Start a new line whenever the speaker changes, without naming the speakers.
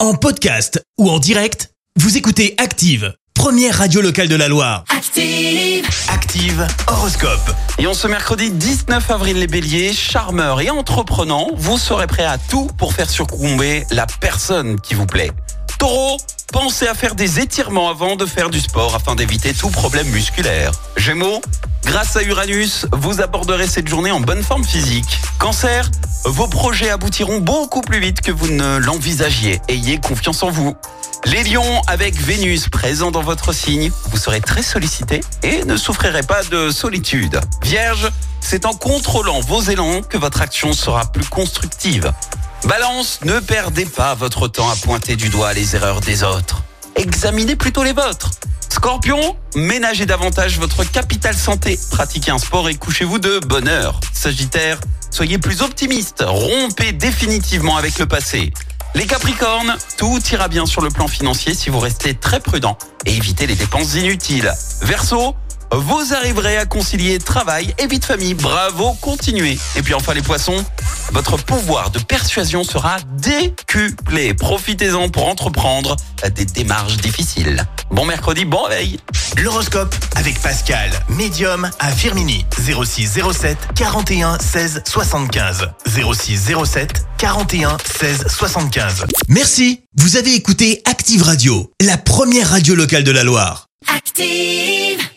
En podcast ou en direct, vous écoutez Active, première radio locale de la Loire.
Active.
Active Horoscope.
Et en ce mercredi 19 avril, les béliers, charmeurs et entreprenants, vous serez prêts à tout pour faire succomber la personne qui vous plaît. Taureau, pensez à faire des étirements avant de faire du sport afin d'éviter tout problème musculaire. Gémeaux, grâce à Uranus, vous aborderez cette journée en bonne forme physique. Cancer, vos projets aboutiront beaucoup plus vite que vous ne l'envisagiez. Ayez confiance en vous. Les lions, avec Vénus présent dans votre signe, vous serez très sollicité et ne souffrirez pas de solitude. Vierge, c'est en contrôlant vos élans que votre action sera plus constructive. Balance, ne perdez pas votre temps à pointer du doigt les erreurs des autres. Examinez plutôt les vôtres. Scorpion, ménagez davantage votre capital santé, pratiquez un sport et couchez-vous de bonne heure. Sagittaire, soyez plus optimiste, rompez définitivement avec le passé. Les Capricornes, tout ira bien sur le plan financier si vous restez très prudent et évitez les dépenses inutiles. Verseau, vous arriverez à concilier travail et vie de famille. Bravo, continuez. Et puis enfin les poissons, votre pouvoir de persuasion sera décuplé. Profitez-en pour entreprendre des démarches difficiles. Bon mercredi, bon veille.
L'horoscope avec Pascal, médium à Firmini. 06 07 41 16 75. 06 07 41 16 75.
Merci, vous avez écouté Active Radio, la première radio locale de la Loire.
Active.